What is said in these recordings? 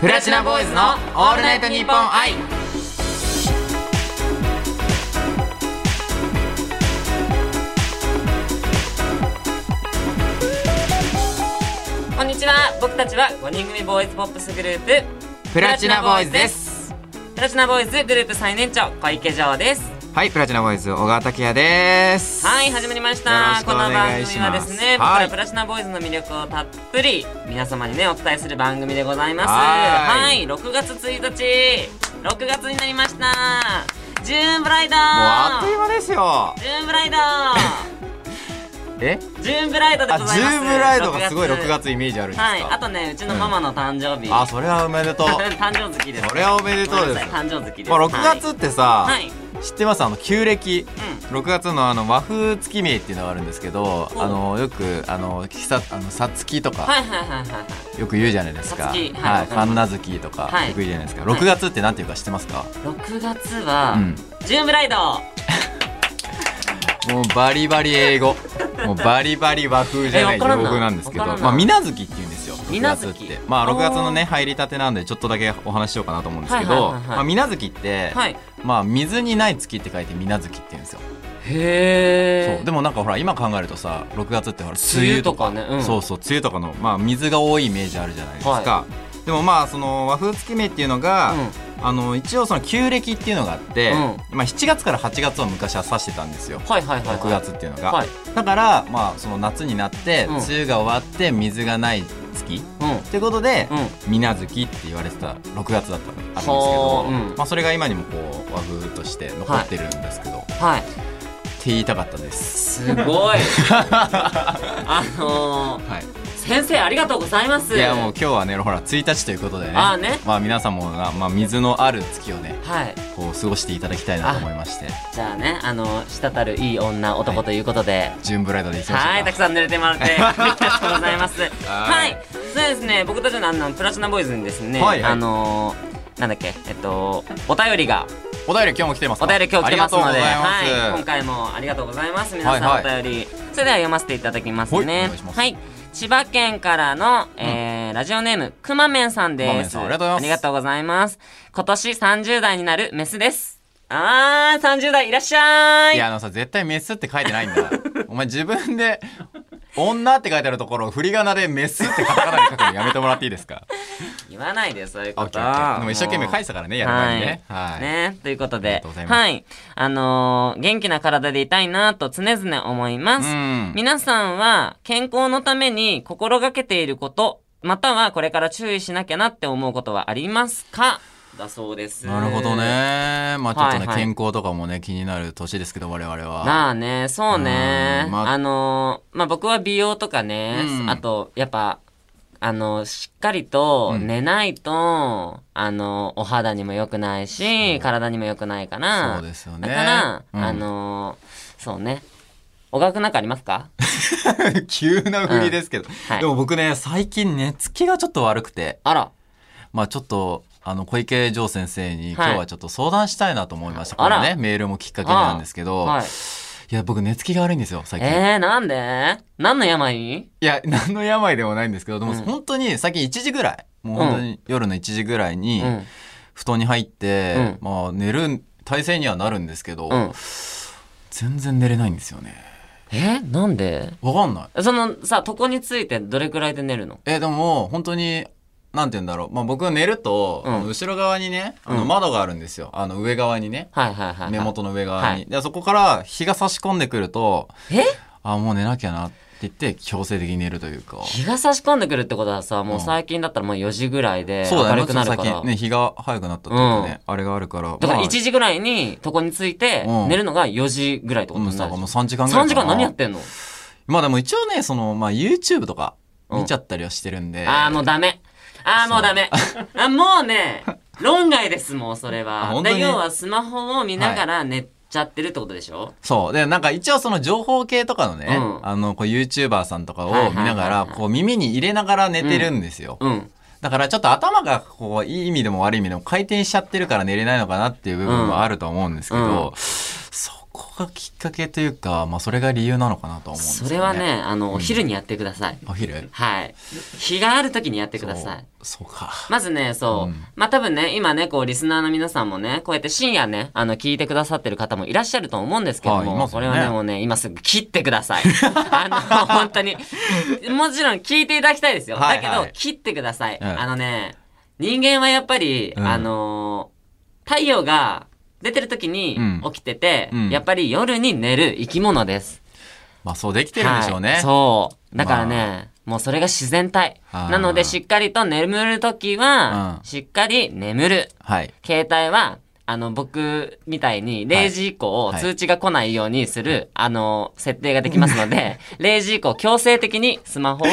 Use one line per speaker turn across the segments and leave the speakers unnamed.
プラチナボーイズの「オールナイトニッポン愛」
こんにちは僕たちは5人組ボーイズポップスグループ
プラチナボーイズです
プラチナボーイズグループ最年長小池城です
はいプラチナボーイズ小川拓也です
はい始まりまし
よろ
た
しく
こ
お
の番
願い
組
し
は
ま
ですすね、僕
はい
らプラチナボーイズの魅力をたっぷり皆様にねお伝えする番組でございます
は
はいい6月1日6月になりましたジューンブライド
もうあっという間ですよ
ジューンブライド
え
ジューンブライドで
あ
ござい
ジ
ま
ュ
す
ーブライドがすごい6
6
月イメージあるんですか、
はいあとねうちのママの誕生日、
あそれはおめでとう
誕生月です
それはおめでとうです
ごめんなさい誕生月です
まあ、6月ってさ、
はい、はい
知ってますあの旧暦、6月のあの和風月名っていうのがあるんですけど
お
あのよくあのきさあのさつきとか、
はいはいはいはいはい
よく言うじゃないですか
さつきはい
は
わかります
神奈月とか、
はい
よく言うじゃないですか
はい
6月ってなんていうか知ってますか、
6月は、
うん
ジューンブライド
もうバリバリ英語もうバリバリ和風じゃない
え
洋
わからんな
風なんですけど
わからんな
まあ水無月って言うんですよ
水
6
無
月っ
月
てまあ6月のね
あ
入りたてなんでちょっとだけお話ししようかなと思うんですけ
はいは
ど
いはいは
ま
い
あ水無月って、
はい
まあ水にない月って書いて水無月って言うんですよ
へ
そうでもなんかほら今考えるとさ6月ってほら梅
梅
雨
雨
と
と
か
かね、うん、
そうそう梅雨とかの、まあ、水が多いイメージあるじゃないですか、
は
でもまあその和風月名っていうのが、
う
あの一応その旧暦っていうのがあって、
う
まあ、7月から8月を昔は指してたんですよ
ん、はいはいはいはい
6月っていうのが、
はい
だからまあその夏になって、
うん
梅雨が終わって水がない月
うんうん
ってことで、
うん
水無月って言われてた6月だったのあるんですけど
ほ、ーうん
まあ、それが今にもこう和風として残ってるんですけど、って
はい
言いたかったです。
す ごいあのー、
はい
先生ありがとうございます
いやもう今日はねほら1日ということでね
あーね
まあ皆さんもな、まあ、水のある月をね
はい
こう過ごしていただきたいなと思いまして
じゃあねあのー、滴るいい女男ということで、
ジューンブライドでいきましょうか
はい、たくさん濡れてもらって、 ありがとうございます。
は
はいい、そうですね、僕たちのあのプラチナボーイズにですね、
はいはい
あのーなんだっけ、えっと、お便りが、
お便り今日も来てますか
お便り今日来てますので、
あ
は
りがとうござい
い、
ます、
今回もありがとうございます。皆さん、
はいは
お便り、それでは読ませていただきます
はいお
ね
願いしま。す
はい、千葉県からの、えーラジオネームくまめんさん
くまめ
で
ん
す。
さんありがとうございます
ありがとうございます。今年30代になるメスです。あー、30代いらっしゃい。
いやあのさ絶対メスって書いてないんだ お前自分で女って書いてあるところを振り仮名でメスってカタカナで書くのやめてもらっていいです か
言わないで、そういう
オ
こ
ッケ
と。
ーオッケーでも一生懸命書い
もう
てたからねやる前にねはい、
ねということ
あり
で
がとうございます
はいあのー元気な体でいたいなと常々思います、
うん
皆さんは健康のために心がけていることまたはこれから注意しなきゃなって思うことはありますかだそうです
なるほどねまあちょっとね、
はいはい
健康とかもね気になる年ですけど我々は
まあねそうね
うんまあ
あのーまあ僕は美容とかね、
うん
あとやっぱあのーしっかりと
うん
寝ないと、あのーお肌にも良くないし体にも良くないかな
そうですよね
だから、
うん
あのーそうねおがくなんかありますか
急な振りですけど、
はい
でも僕ね最近寝つきがちょっと悪くて
あら
まあちょっとあの小池城先生に今
はい
日はちょっと相談したいなと思いました、
あら
これねメールもきっかけになんですけど、
はい
い、や僕寝つきが悪いんですよ最近、
えー、なんで何の病
いや何の病でもないんですけどでも
うん
本当に最近1時ぐらいもう本当に夜の1時ぐらいに
うん
布団に入って、
う
まあ寝る体勢にはなるんですけど、
うん
全然寝れないんですよね
えなんで
わかんない
そのさ床についてどれくらいで寝るの
えでも本当になんて言うんだろう、まあ、僕は寝ると、
うん
あの後ろ側にねあの
うん
窓があるんですよ、あの上側にね
はいはいはい、はい、
目元の上側に、
はい
でそこから日が差し込んでくると
え
あもう寝なきゃなって言って強制的に寝るというか
日が差し込んでくるってことはさもううん最近だったらもう4時ぐらいで
そうだ
明
ね
るくなる
最
から、
近ね日が早くなったっていうかね、あれがあるから
だから
まあ
1時ぐらいに床について
うん
寝るのが4時ぐらいってこと
うん
に
な
なん
か
るじゃ
も
ん
う3時間ぐらい
3時間何やっててんの
まあでも一応ねその、まあ、YouTube とか
うん
見ちゃったりはしてるんで、
ああもうダメああもうダメあもうね論外ですもうそれ
あ
は
本当に
で要はスマホを見ながら寝ちゃってるってことでしょ、
そう。で、なんか一応その情報系とかのね、
うん
あの、こう YouTuber さんとか
はいは
を
い
見
はいはい
ながら、こう耳に入れながら寝てるんですよ。
うん
だからちょっと頭がこう、いい意味でも悪い意味でも回転しちゃってるから寝れないのかなっていう部分はあると思うんですけど、
うんうん
そここがきっかけというか、まあ、それが理由なのかなとは思うんです
そ
よ
れはね、あの、お昼にやってください。
お昼
はい。日がある時にやってください。
そうそうか
まずね、そう。
うん
まあ、多分ね、今ね、こう、リスナーの皆さんもね、こうやって深夜ね、あの、聞いてくださってる方もいらっしゃると思うんですけど
はいい
も、
ます
こ
よ
れ
ね
はね、もうね、今すぐ切ってくだ さい。あの、本当に。もちろん聞いていただきたいですよ。
はいはい
だけど、切ってください。
うん
あのね、人間はやっぱり、
うん
あのー太陽が出てる時に
うん
起きてて、
うん
やっぱり夜に寝る生き物です。
まあそうできてるんでしょうね、
はいそう。だからね、もうそれが自然体。
はあ
なので、しっかりと眠るときは、
うん
しっかり眠る。
はい
携帯は、あの、僕みたいに0時以降、
はい
通知が来ないようにする、あの、設定ができます ので、0時以降、強制的にスマホを、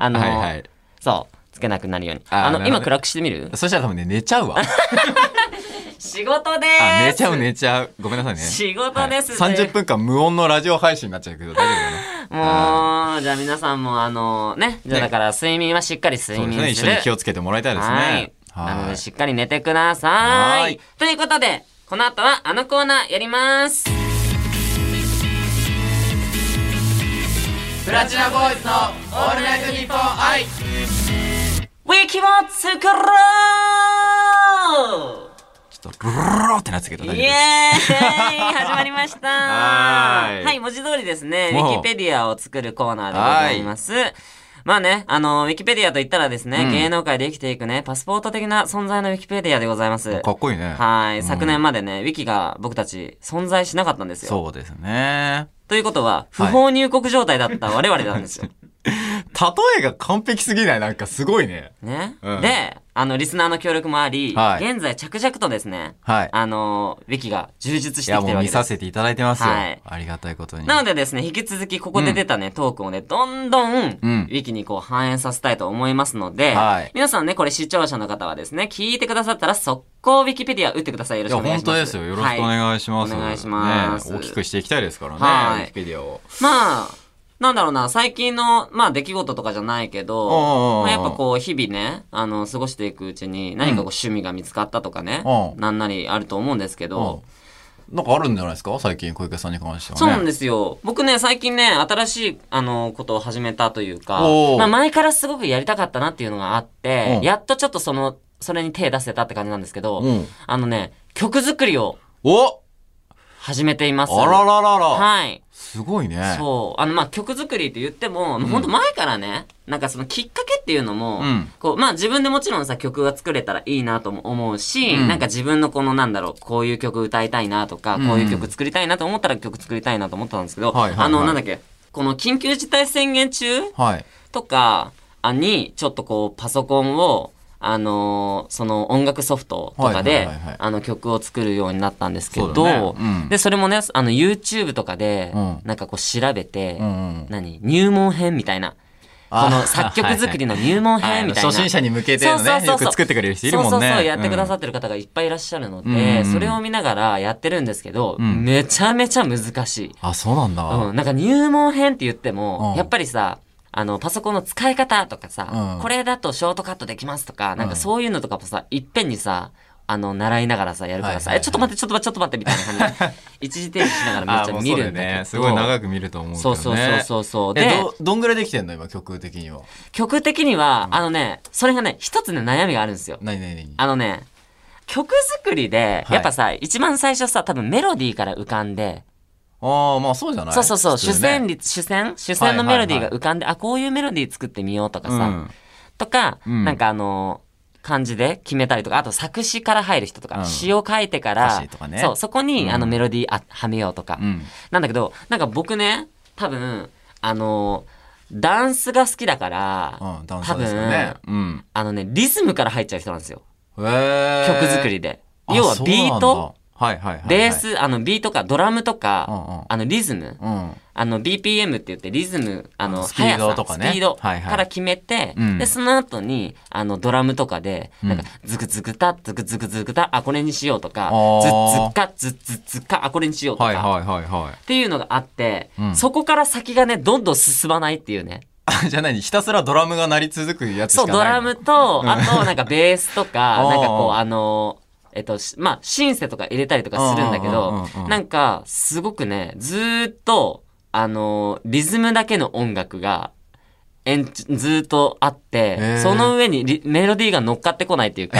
あの、
はいはい
そう、つけなくなるように。
あー
あ
なるほ
の、
ど
今暗くして みる
そしたら多分ね寝ちゃ うわ
仕事で
あ
ー
寝
す
ちゃう寝ちゃうごめんなさいね
仕事です、
はい、30分間無音のラジオ配信になっちゃうけど大丈夫かな
もう、じゃあ皆さんも、あのね、じゃ
ね
あだから睡眠はしっかり睡
そう
眠
ですす
る。
ね一緒に気をつけてもらいたいですね
はい。なの
は
で
い
しっかり寝てください。
はい
ということで、この後はあのコーナーやります。
プラチナボーイズのオールナイトニッポン愛
ウィキを作ろ
ちょっとブルルルルってなってたけど
う
大
イ
丈夫
エーイ
です
始まりました
はーい
はい、文字通りですね、ウ
もう
ィキペディアを作るコーナーでございます。まあね、あの、ウィキペディアと言ったらですね、
うん
芸能界で生きていくね、パスポート的な存在のウィキペディアでございます。
かっこいいね
はい、
うん
昨年までね、ウィキが僕たち存在しなかったんですよ。
そうですね
ということは、不法入国状態 だった我々なんですよ。
例えが完璧すぎないなんかすごいね
ね、
うん
で、あの、リスナーの協力もあり、
はい
現在着々とですね、
はい
あの、ウィキが充実
い
して
や
きて
も
る
う
わ
見
けで
さ
す。
せていただいてますよ、
はい
ありがたいことに
なのでですね、引き続きここで出たね、トークをね、どんどん、
うん
ウィキにこう反映させたいと思いますので、
はい
皆さんね、これ視聴者の方はですね、聞いてくださったら速攻ウィキペディア打ってください。よろ
い
しく
や
お願い
本
します。
当ですよよろしくお
はい
願いします、
はいお願いします
ね大きくしていきたいですからね、
はい
ウィキペディアを
まあ、なんだろうな、最近の、まあ、出来事とかじゃないけ
おうおうお
ど、
う
まあ、やっぱこう、日々ね、あの、過ごしていくうちに、何かこう、趣味が見つかったとかね
う、ん
なんなりあると思うんですけど、
うんなんかあるんじゃないですか最近小池さんに関してはね
そうなんですよ。僕ね、最近ね、新しい、あの、ことを始めたというか
お、ー
まあ、前からすごくやりたかったなっていうのがあって
う、ん
やっとちょっとその、それに手出せたって感じなんですけど、
うん
あのね、曲作りを
お
始めています。
あらららら、
はい。
すごいね
そう。あの、まあ、曲作りって言っても、もうほんと前からね、なんかそのきっかけっていうのも、
うん
こう、まあ、自分でもちろんさ、曲が作れたらいいなとも思うし、
うん
なんか自分のこのなんだろう、こういう曲歌いたいなとか、
うん
こういう曲作りたいなと思ったら曲作りたいなと思ったんですけ
は
ど、
いはいはい
あの、なんだっけ、この緊急事態宣言中
はい
とかあに、ちょっとこう、パソコンを、あのーその音楽ソフトとか
はい
で
はいはいはい
あの曲を作るようになったんですけ
そうだね
ど、
うん
でそれもねあの YouTube とかで、
うん
なんかこう調べて、
うんうん
何入門編みたいなこの作曲作りの入
は
門
い
編みたいな、
初心者に向けてのねよく作ってくれる人いるもんね
そうそうそうやってくださ
っ
ってる方がいっぱいいらっしゃるので、
うんうんうん
それを見ながらやってるんですけど、
うん
めちゃめちゃ難しい、
あそうなんだ、
うん、なんか入門編って言っても、
うん
やっぱりさあのパソコンの使い方とかさ、
うん
これだとショートカットできますとか、なんか
うん
そういうのとかもさいっぺんにさあの習いながらさやるからさ、
はいはいはい
えちょっと待ってちょっと待ってちょっと待ってみたい な感じで一時停止しながらめっ
あ
ち
も
ゃ
う
見
そうだ
る
よ
んだけど
ねすごい長く見ると思うけど
そう
ね
そうそうそうそう
え
で
どどんぐらいできてんの今曲的には
曲的には、あのねそれがね一つね悩みがあるんですよ
何何何
あのね、曲作りで、
はい
やっぱさ、一番最初さ、多分メロディーから浮かんで、
ああまあそうじゃない
そうそうそう、主
普通ね
旋律、主旋主旋のメロディーが浮かんで、あ、こういうメロディー作ってみようとかさ、
うん
とか、
うん
なんかあの漢字で決めたりとか、あと作詞から入る人とか、
うん
詩を書いてから、
歌詞とかね
そう、そこに、
うん
あのメロディーあはめようとか、
うん
なんだけど、なんか僕ね、多分、あのダンスが好きだから、
うんダンサーですよね
多
うん
あのね、リズムから入っちゃう人なんですよ。
へー
曲作りで。
あ
要は
そう
ビ
なん
ー
だ
ト、
はいはいはいはい
ベース、あの、ビートか、ドラムとか、
うんうん
あの、リズム、
うん
あの、BPM って言って、リズム、あ
あ
の、
のスピード
速さ
とかね
スピード
はいはい
から決めて、
うん
で、その後に、あの、ドラムとかで、
うん
なんか、ズクズクタ、ズクズクズクタ、あ、これにしようとか
あ、ー
ズッズッカ、ズッズッズッカ、あ、これにしようとか、
はいはいはいはい
っていうのがあって、
うん
そこから先がね、どんどん進まないっていうね。
あじゃあ何ひたすらドラムが鳴り続くやつし
そ
かな
う、
い
ドラムと、
ん
あと、なんかベースとか、
あー
なんかこう、あの、えっと、しまあ、シンセとか入れたりとかするんだ
うん
け
うん
ど
うんうんう、ん
なんか、すごくね、ずーっと、あのーリズムだけの音楽が、えんずーっとあって、
へー
その上にリメロディーが乗っかってこないってい うか、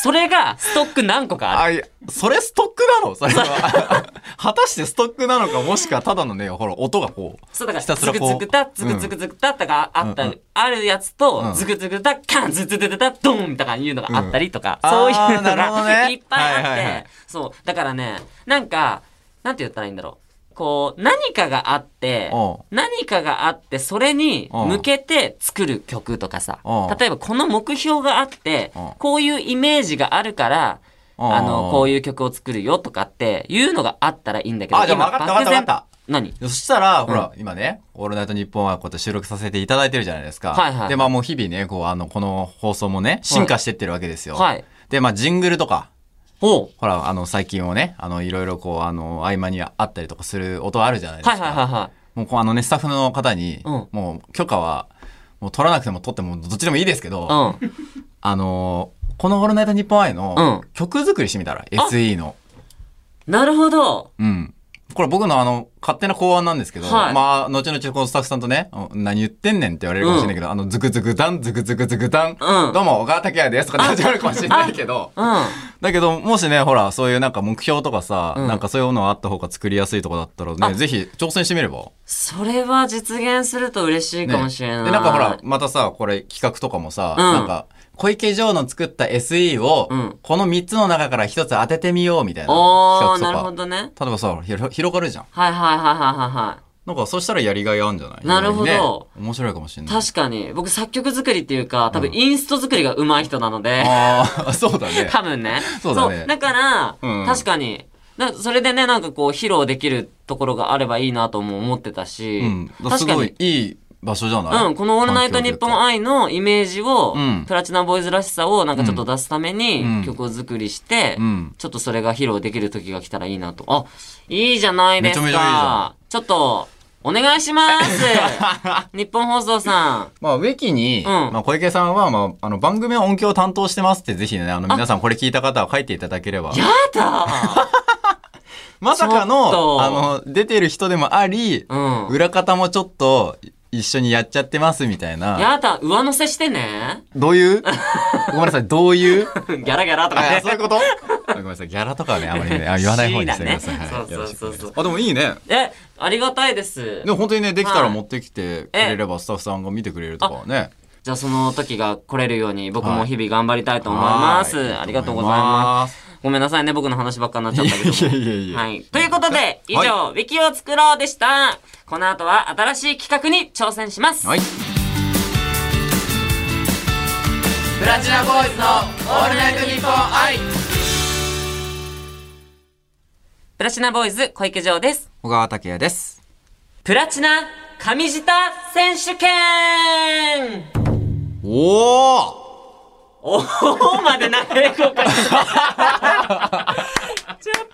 それがストック何個かあ
あ、
る。
いや、それストックなのそれは。 果たしてストックなのか、もしくはただのね、ほら、音がこう。
そうだから、
ひた
つ
すら
く
こう
つくた、つくつくつくたとかあった、
うんうん
あるやつと、
うん
つくつくた、カン、つつつつた、ドーンとかいうのがあったりとか、
うん
そういうの
あーなるほど
が
ね
いっぱいあっ
は
て、
いはいはい
そう、だからね、なんか、なんて言ったらいいんだろう。こう、何かがあって
お、
何かがあって、それに向けて作る曲とかさ
お、
例えばこの目標があって
お、
こういうイメージがあるから、
お
あの、こういう曲を作るよとかっていうのがあったらいいんだけど、
あじゃあ分かった分か
漠然
った分かっ
何
そしたら、ほら、今ね、オールナイトニッポンはこうやって収録させていただいてるじゃないですか。
はいはい
で、まあもう日々ね、こう、あの、この放送もね、進化してってるわけですよ。
はい。
で、まあ、ジングルとか、
おう
ほら、あの、最近をね、あの、いろいろこう、あの、合間にあったりとかする音あるじゃないです
は
か。
いはいはいは
もう、こう、あのね、スタッフの方に、
うん
もう、許可は、もう取らなくても取っても、どっちでもいいですけど、
い。うん。
あのーこのオールナイトニッポン愛の
うん
曲作りしてみたら、SE の。
なるほど。
うん。これ僕のあの、勝手な考案なんですけど、
はい
まあ、後々このスタッフさんとね、うん何言ってんねんって言われるかもしれないけど、あの、ズクズクダン、ズクズクズクダン、
うん
どうも、小川拓也ですとかって始まるかもしれないけど、
うん。あ
だけど、もしね、ほら、そういうなんか目標とかさ、
うん
なんかそういうのあった方が作りやすいとかだったら
あ
ね、ぜひ挑戦してみれば。
それは実現すると嬉しい
ね
かもしれない。
で、なんかほら、またさ、これ企画とかもさ、
うん
なんか、小池城の作った SE を、
うん
この3つの中から1つ当ててみようみたいな
おー、
企
なる
画
ほ
とか。
どね。
例えばさ、ひろ広がるじゃん。
はいはいはいはいはいは
なんか、そしたらやりがいあるんじゃない
なるほど
意外にね面白いかもしれ
い。
ない。
確かに、僕作曲作りっていうか、多分
うん
インスト作りが上手い人なので、
ああ、 そう だね。
多分ね。
そうだね
だから、
うん
確かに。なそれでね、なんかこう、披露できるところがあればいいなとも思ってたし、
うん。だからす
確か
ご
に
いいい場所じゃない
うん、この「オールナイトニッポン
愛。
愛」のイメージを、
うん
プラチナボーイズらしさをなんかちょっと出すため
う
に
ん
曲を作りして、
うん
ちょっとそれが披露できる時が来たらいいなとあいいじゃないですか
めちゃめちゃいいじゃ
ちょっとお願いし ます日本放送さん
まあ、ウェキに、
うん
まあ、小池さんは、まあ、あの、番組の音響を担当してますって、ぜひね、あの、皆さんこれ聞いた方は書いていただければ。
やだ
まさか
ちょっと
の、あの、出てる人でもあり、
うん
裏方もちょっと一緒にやっちゃってますみたいな。
やだ上乗せしてね
どういうごめんなさい、どういう
ギャラギャラとか
あ
ね
そういうことあごめんなさい、ギャラとかはね、あまりね、あ言わない方にしてください。
不思議なね
はいよろしくお願いし
そうそうそう
ますあ、でもいいね。
えありがたいです
でも本当にね、できた
は
ら
い
持ってきてくれれば、スタッフさんが見てくれるとかはね。
じゃあその時が来れるように僕も日々頑張りたいと思い
は
ま
い
す、ありがとうございます
す。
ごめんなさいね、僕の話ばっかになっちゃったけども。
いやいやいやいや
はい。ということで、以上、ウィキを作ろうでした。この後は新しい企画に挑戦します。
はい。
プラチナボーイズのオールナイトニッポン愛。プラチナボーイズ小池城です。
小川拓也です。
プラチナ上下選手権
おー
おおまで投げ込かしたちょっ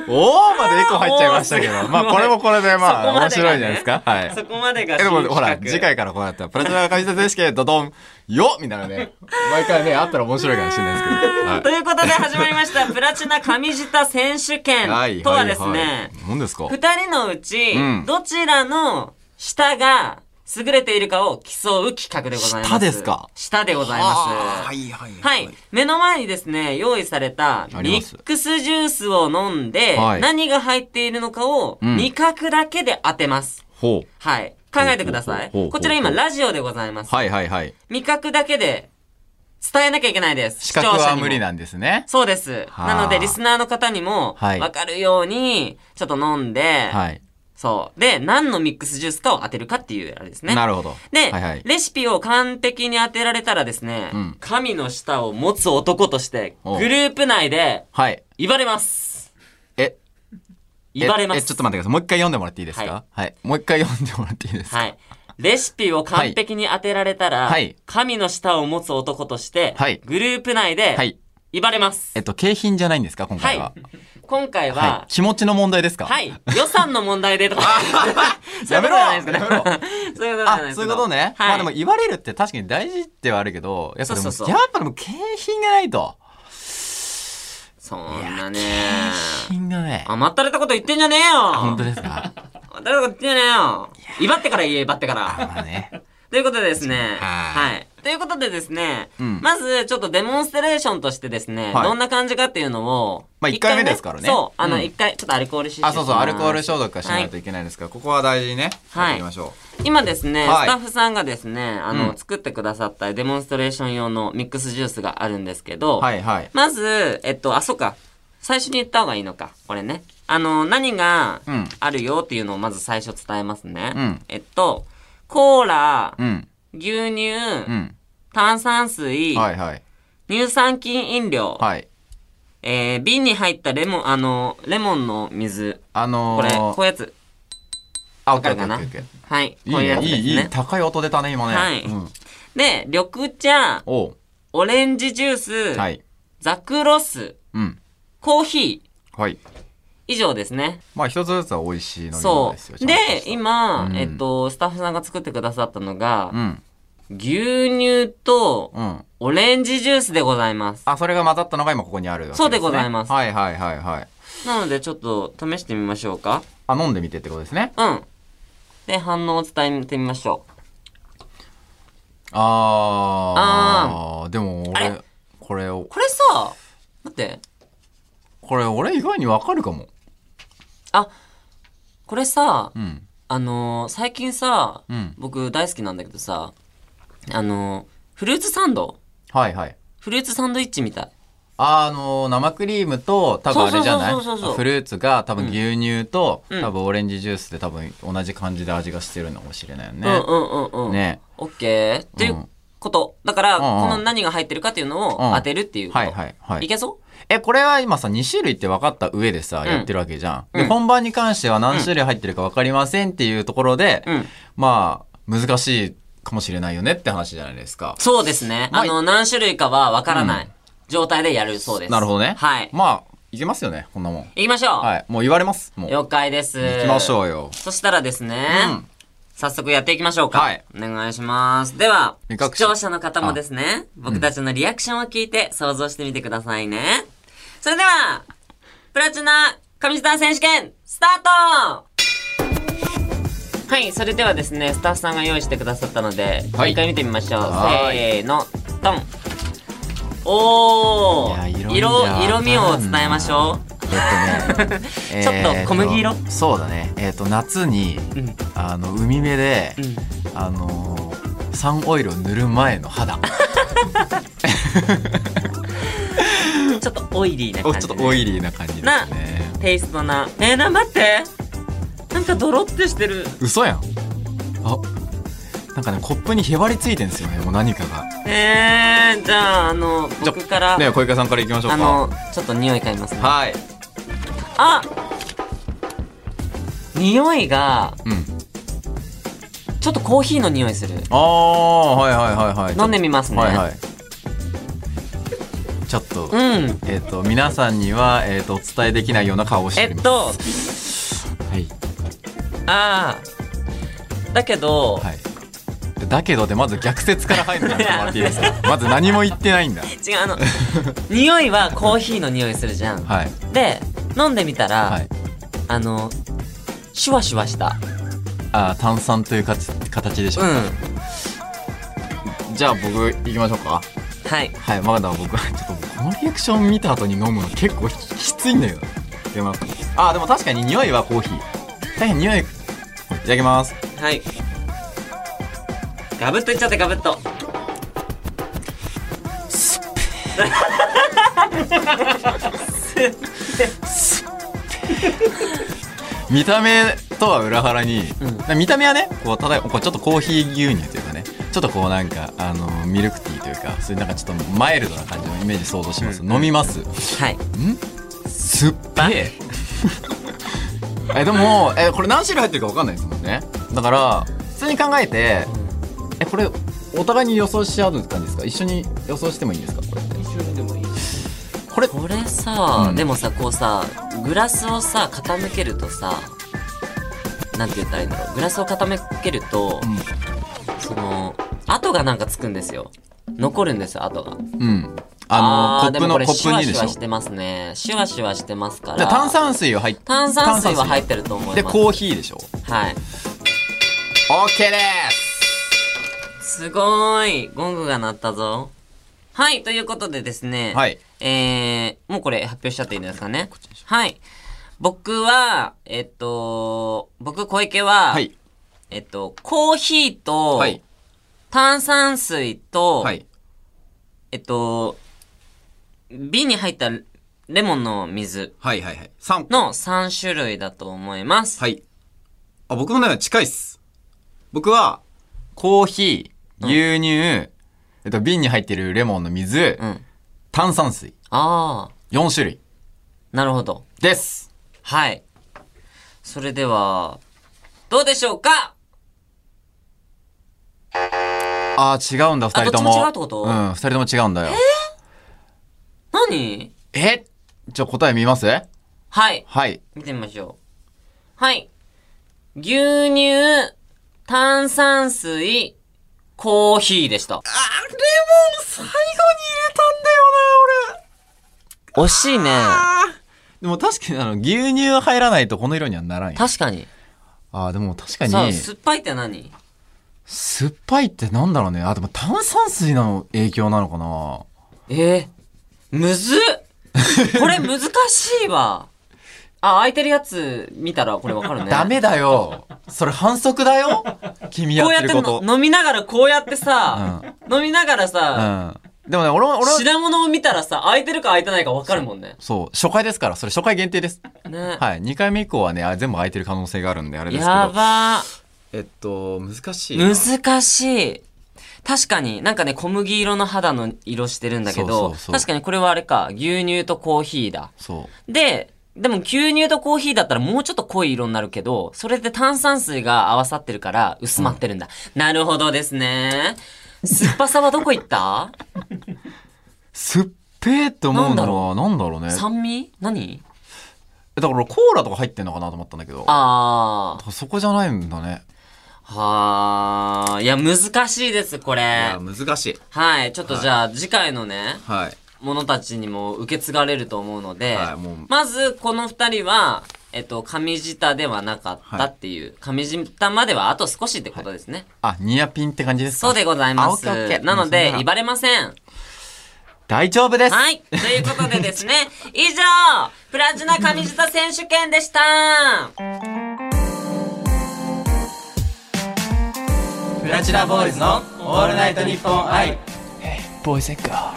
と
おーまでエコ入っちゃいましたけど。まあ、これもこれで、まあ、面白いんじゃないですか。はい。
そこまでが
えでもほら
新企画
次回からこうやったら「プラチナ神選手権ドドンよ!」みたいなね毎回ねあったら面白いかもしれないですけど、
ということで始まりました「プラチナ上下選手権」とはですね、
何ですか
二人のうち、
うん
どちらの舌が優れているかを競う企画でございます
舌ですか
舌でござい
あー
ます
いはい
はい。目の前にですね、用意された
あり
ミ
ます
ックスジュースを飲んで、
はい
何が入っているのかを
うん
味覚だけで当てます。
ほう
はい。考えてくださ
ほう
い。
ほうほうほう
こちら今ラジオでございます。
はいはいはい
味覚だけで伝えなきゃいけないです。
資格
視聴者
は
にも
無理なんですね
そうです。
はあ
なので、リスナーの方にも、
はい
わかるように、ちょっと飲んで、
はい
そう。で、何のミックスジュースかを当てるかっていうあれですね。
なるほど
で、
はいはい
レシピを完璧に当てられたらですね、
うん
神の舌を持つ男として、
おう
グループ内で、
はい
言われます。
え
言われます。
ええちょっと待ってくださいもう一回読んでもらっていいです
は
かはいもう一回読んでもらっていいですか
はい。レシピを完璧に当てられたら、
はい
神の舌を持つ男として、
はい
グループ内で、
はい
威張れます
えっと、景品じゃないんですか今
は
回
い
は。
今回
はい。
は
気持ちの問題ですか
はい、予算の問題でとかそういうことじゃないですけど
やめろや
そういうことじゃない
あ、
です
そう
け
いう
ど
ことね。
はい、
まあでも言われるって確かに大事ではあるけど、やっぱでも、
そうそうそう
やっぱでも景品がないと。
そんなね
景品がね。
甘ったれたこと言ってんじゃねえよ
本当ですか
甘ったれたこと言ってんじゃねえよ威張ってから言え威張ってから
まあね。
ということでですね。
はい
はい。ということでですね、
うん
まずちょっとデモンストレーションとしてですね、
はい
どんな感じかっていうのを、
まあ
一
一回目ですからね
そう、あ
う
の、
ん
一回、ちょっとアルコール
あ、そうそう、アルコール
ョ
消毒はしないといけないですから、ここは大事にね、
はい
やっていきましょ
今ですね、
はい
スタッフさんがですね、あの、
うん
作ってくださったデモンストレーション用のミックスジュースがあるんですけど、
う。はいはい。
まず、えっと、あ、そうか。最初に言った方がいいのか。これね。あの、何が
うん
あるよっていうのをまず最初伝えますね。
うん
えっと、コーラ
う、ん。
牛乳、
うん。
炭酸水、
はいはい。
乳酸菌飲料、
はい。
えー、瓶に入ったレモン、あの、レモンの水。
あの
これ、
ー、
こういうやつ。
あ、オ
わ
ッ
か
ケー
る
オッケ
かな
ーオッケー。
はい。
いい
こういうや
ね、
つですね。
いい、いい、高い音出たね、今ね。
はい
うん
で、緑茶、
おう。
オレンジジュース、
はい。
ザクロス、
うん。
コーヒー、
はい。
以上ですね。
まあ、一つずつは美味しい飲み物
そ
ですよ。
う。
ちゃ
で
んとした、
今、
うん
えっと、スタッフさんが作ってくださったのが
う、ん。
牛乳と
うん。
オレンジジュースでございます。
あ、それが混ざったのが今ここにあるわけすね
そうでございます
はいはいはいはい。
なので、ちょっと試してみましょうか。
あ、飲んでみてってことですね。
うん。で、反応を伝えてみましょう。
あー。でも
あ
俺
れ、
これを、
これさ、待って。
これ俺以外にわかるかも。
あ、これさ、
うん。
あのー最近さ、
うん
僕大好きなんだけどさ、あのーフルーツサンド
はいはい。
フルーツサンドイッチみたい。
あの生クリームと多分あれじゃない
そうそうそうそうそうそう
フルーツが多分牛乳と、
うん
多分オレンジジュースで多分同じ感じで味がしてるのかもしれないよ
うん
ね。
うんうんうん。
ね
オッケーっていううんこと。だから、
ん
この何が入ってるかっていうの
う
を
ん
当てるっていうこと。
はいはいはい
いけそ
えこれは今さ2種類って分かった上でさ、
ん
やってるわけじゃん。
う
で
ん
本番に関しては何種類入ってるか分かりませんっていうところで、
ううん。
まあ難しいかもしれないよねって話じゃないですか。
そうですね。
まあ
あの、何種類かはわからない状態でやるそうです。
なるほどね。
はい。
まあいけますよねこんなもん。
行きましょう。
はいもう言われますもう。
了解です。
行きましょう よ。
そしたらですね、
うん
早速やっていきましょうか。
はい
お願いします。では、
目
視
隠し
聴者の方もですね、僕たちのリアクションを聞いて想像してみてくださいね。それでは、プラチナ上下選手権、スタートはい、それではですね、スタッフさんが用意してくださったので、
はい
一回見てみましょう。
は
せーの、ドンお
いや
ー
色味
色、
が
色味を伝えましょう。
えっとね
ちょっと小麦色
えーとそうだねえっ、と夏に、
うん
あの海辺で、
うん
あのーサンオイルを塗る前の肌
ちょっとオイリーな
お
感
ちょ
じ、
っ
ね。
とオイリーな感じです
な
ね
テイストな。えー、な、待ってなんかドロってしてる。
嘘やんあなんかねコップにへばりついてんですよねもう何かが
えー、じゃあ、あの、
じゃ
僕から、
ね小池さんからいきましょうか
あの、ちょっと匂い嗅ぎますね。
はい
あ匂いが、
うん
ちょっとコーヒーの匂いする。
ああはいはいはいはい
飲んでみますね。
はいはいちょっと、
うん。
えっ、と皆さんには、えっとお伝えできないような顔をして
え
み
っ
ます
と、
はい
あー、だけど、
はい。だけどでまず逆説から入るのやめてもらっていい ですか。 まず何も言ってないんだ。
違う、あの、匂いはコーヒーの匂いするじゃん。
はい
で、飲んでみたら、
はい。
あの、シュワシュワした。
あー炭酸というかち形でしょ
う。ん。
じゃあ僕行きましょうか。
はい。
はい。まだ僕ちょっとこのリアクション見た後に飲むの結構きついんだよ。出ます。あーでも確かに匂いはコーヒー。大変匂い。いただきます。
はい。ガブッといっちゃってガブッと。
見た目とは裏腹に、
うん
な見た目はねこうただこうちょっとコーヒー牛乳というかねちょっとこうなんかあのミルクティーというかそういうなんかちょっとマイルドな感じのイメージ想像します、飲みます
はい。
酸っぱい えでもえこれ何種類入ってるか分かんないですもんねだから普通に考えてえこれお互いに予想し合う感じですか一緒に予想してもいいんですかこれって
一緒にでもいい。
これ、
これさ、
うん
でもさこうさグラスをさ傾けるとさなんて言ったらいいんだろうグラスを傾けると、その跡がなんかつくんですよ残るんですよ跡が
うん。うん。あの、コ
ー
ップの、コ
でもこれ
ップに
シュ
で
ワ
し
シュ
ょ
ワし。てますねシュワシュワしてますか
で
ら
炭酸水を入って、
炭酸水は入って
る。
ると思います
で、コーヒーでしょ。
は
オッ
い
ケーです
すごーいゴングが鳴ったぞはいということでですね
はい
えー、もうこれ発表しちゃっていいんですかねはい僕はえっと僕小池は、
はい。
えっとコーヒーと、
はい。
炭酸水と、
はい。
えっと瓶に入ったレモンの水
はいはいはい。3個。
の3種類だと思います。
はい。あ、僕の中で近いっす。僕は、コーヒー、牛乳、えっと、瓶に入ってるレモンの水、
うん。
炭酸水、
ああ、
4種類
なるほど。
です。
はい。それでは、どうでしょうか
あー、違うんだ、二人とも。
あどっちも違うってこと
うん、二人とも違うんだよ。
何
えじゃあ答え見ます
はい。
はい。
見てみましょう。はい。牛乳、炭酸水、コーヒーでした。
あ、レモン最後に入れたんだよな、俺。
惜しいね。
でも確かにあの牛乳入らないとこの色にはならんよ。
確かに。
あーでも確か
さあ、
に、
酸っぱいって何
酸っぱいってなんだろうね。あ、でも炭酸水の影響なのかな
ええむずっこれ難しいわ。あ、空いてるやつ見たらこれわかる ね。
ダメだよ。それ反則だよ。君や
こ
っ
うやってて
ること。
の飲みながらこうやってさ、飲みながらさ、
うん。でもね、俺も、俺も、
品物を見たらさ、空いてるか空いてないかわかるもんね。
そう、初回ですから、それ初回限定です。
ね。
はい。2回目以降はね、あ全部空いてる可能性があるんで、あれですけ
や
ど。
ば
えっと、難しいな。
ー。難しい。確かに、なんかね、小麦色の肌の色してるんだけど、
そうそうそう
確かにこれはあれか、牛乳とコーヒーだ。
そ
で、でも牛乳とコーヒーだったらもうちょっと濃い色になるけど、それで炭酸水が合わさってるから薄まってるんだ。なるほどですね。酸っぱさはどこ行った
う。酸っぺーって思うのは、なんだろうね。
酸味何
えだからコーラとか入ってんのかなと思ったんだけど。
あー。
そこじゃないんだね。
はー。いや、難しいです、こ
い
れ
や、。難しい。
はい。ちょっとじゃあ、次回のね、
はい。
ものたちにも受け継がれると思うので、
はいもう
まず、この二人は、えっと、上舌ではなかったっていう、上舌まではあと少しってことですね。
あ、ニアピンって感じですか
そうでございま
あオッケーオッケ
す。
ー
なの
も
で
うそんな、
威張れません。
大丈夫です。
はい。ということでですね、以上、プラチナ上下選手権でした。
プ
ラチナボーイズのオールナイトニッポン愛。
ボーイセカ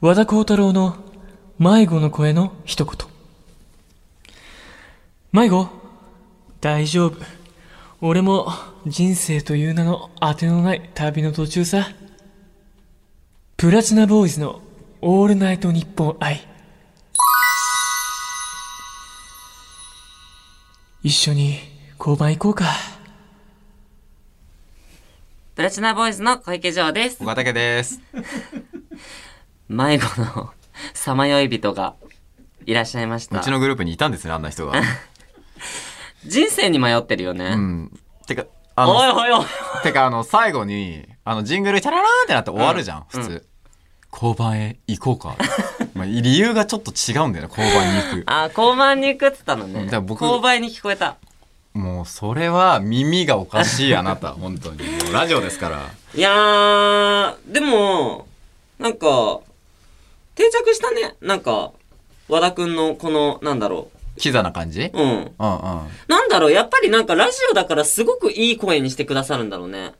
和田光太郎の迷子の声の一言。迷子大丈夫。俺も人生という名の当てのない旅の途中さ。プラチナボーイズのオールナイトニッポン愛。一緒に交番行こうか。
プラチナボーイズの小池城です
ー。。岡竹です。
迷子のさまよい人がいらっしゃいまし
う
た
ち。のグループにいたんですね、あんな人が。
人生に迷ってるよ
う
ね。
ん。てか、あ
おい
の、
おいおい。
てか、あの、最後に、あの、ジングル、チャララーンってなって終わるじゃん、普通。交番へ行こうか。 まあ、理由がちょっと違うんだよね、交番に行く。
あ、交番に行くって言ったのね。
だから僕
交番に聞こえた。
もう、それは耳がおかしい、あな た、本当に。もうラジオですから。
いやー、でも、なんか、定着したね。なんか、和田くんのこの、なんだろ
キザな感じ
う。うん。
うんうん。
なんだろう、やっぱりなんかラジオだからすごくいい声にしてくださるんだろうね。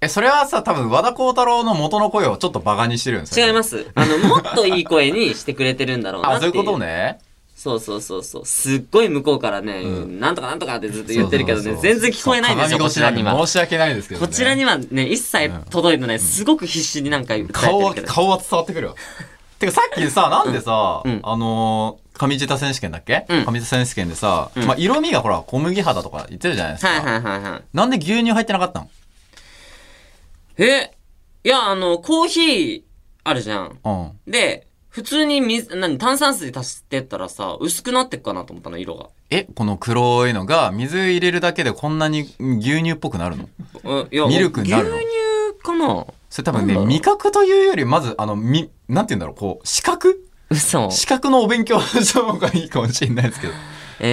え、それはさ、多分和田幸太郎の元の声をちょっとバカにしてるんですよ、
違います。あの、もっといい声にしてくれてるんだろうな
あ、
っ
そ
て
う
い。
いううこと。ね。
そうそうそうそう。すっごい向こうからね、
うん
なんとかなんとかってずっと言ってるけどね、全然聞こえないんですよ、
鏡
こ
越し
ち
な
ら
んで
には。
申し訳ないですけど、ね。
こちらにはね、一切届いてない。すごく必死になんか伝えてるけど
顔は、顔は伝わってくるよ。 てかさっきさ、なんでさ、
うん
あのー、上地田選手権だっけ、
うん
上地田選手権でさ、
ん
まあ、色味がほら、小麦肌とか言ってるじゃないですか。
はいはいはいはい。
なんで牛乳入ってなかったの
えいや、あの、コーヒー、あるじゃん。
うん。
で、普通に水、何、炭酸水足してったらさ、薄くなってっかなと思ったの、色が。
え、この黒いのが水入れるだけでこんなに牛乳っぽくなるの
うんいや
ミルクになるの
牛乳かな
それ多分
なんだ
ね、
ろう
味覚というより、まず、あの、み、なんて言うんだろう、こう、視覚
嘘。
視覚のお勉強した方がいいかもしれないですけど。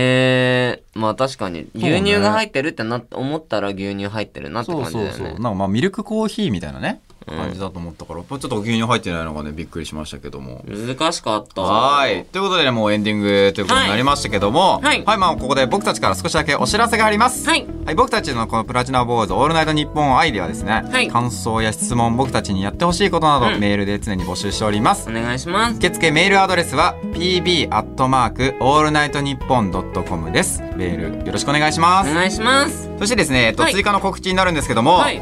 えー、まあ確かに、
ね
牛乳が入ってるってな、思ったら牛乳入ってるなって
そう
感じだ
そ
よ
う
ね。
そう。なんかまあ、ミルクコーヒーみたいなね、感じだと思ったから、やっぱちょっと牛乳入ってないのがね、びっくりしましたけども。
難しかった。
はーい。。ということでね、もうエンディングということになりましたけども、
はい
はい、まあ、ここで僕たちから少しだけお知らせがあります。
はい。
はい、僕たちのこのプラチナボーイズオールナイトニッポンアイデアはですね、
はい
感想や質問、僕たちにやってほしいことなど、
うん
メールで常に募集しております
お。願いします。
受付メールアドレスは pb アットマークオールナイトニッポンドットコムです。メールよろしくお願いしま
お
す。
願いします。
そしてですね、えっと
はい
追加の告知になるんですけども、
はい。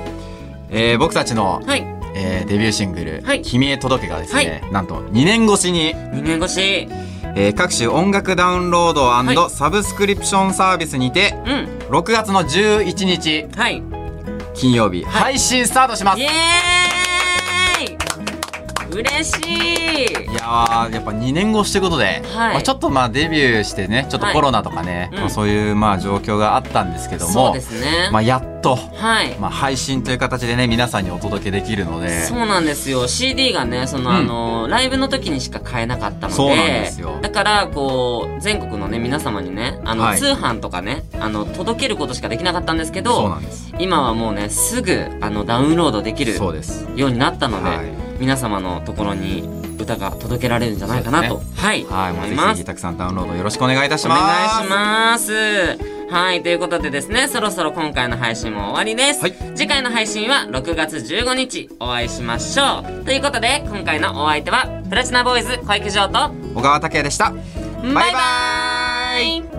えー僕たちの、
はい。
えーデビューシングル、
はい
君へ届けがですね、なんと2年越しに、
2年越し。
えー各種音楽ダウンロード
はい
サブスクリプションサービスにて、
うん。
6月の11日
はい。イ
金曜日、配信スタートします。いや
エーイ嬉しい
ーやっぱ2年越しということで、
はい
まあ、ちょっとまあデビューしてねちょっとコロナとかね、
うん
まあそういうまあ状況があったんですけども
そうですね。
まあ、やっと、
はい。
まあ、配信という形でね皆さんにお届けできるので
そうなんですよ CD がねその、
うん
あのライブの時にしか買えなかったので
そうなんですよ
だからこう全国のね皆様にねあの、
はい
通販とかねあの届けることしかできなかったんですけ
そう
ど
なんです
今はもうねすぐあのダウンロードできる
そうです
ようになったので、
はい
皆様のところに歌が届けられるんじゃないかな
そ
と、
う
はい、
はい、もうぜ
思い
ひぜ
ま
ひ
す
たくさんダウンロードよろしくお願いいたし
お
ます
願いしますはいということでですねそろそろ今回の配信も終わりです、
はい
次回の配信は6月15日お会いしましょうということで今回のお相手はプラチナボーイズ小池城と
小川拓也でした
バイババイバーイ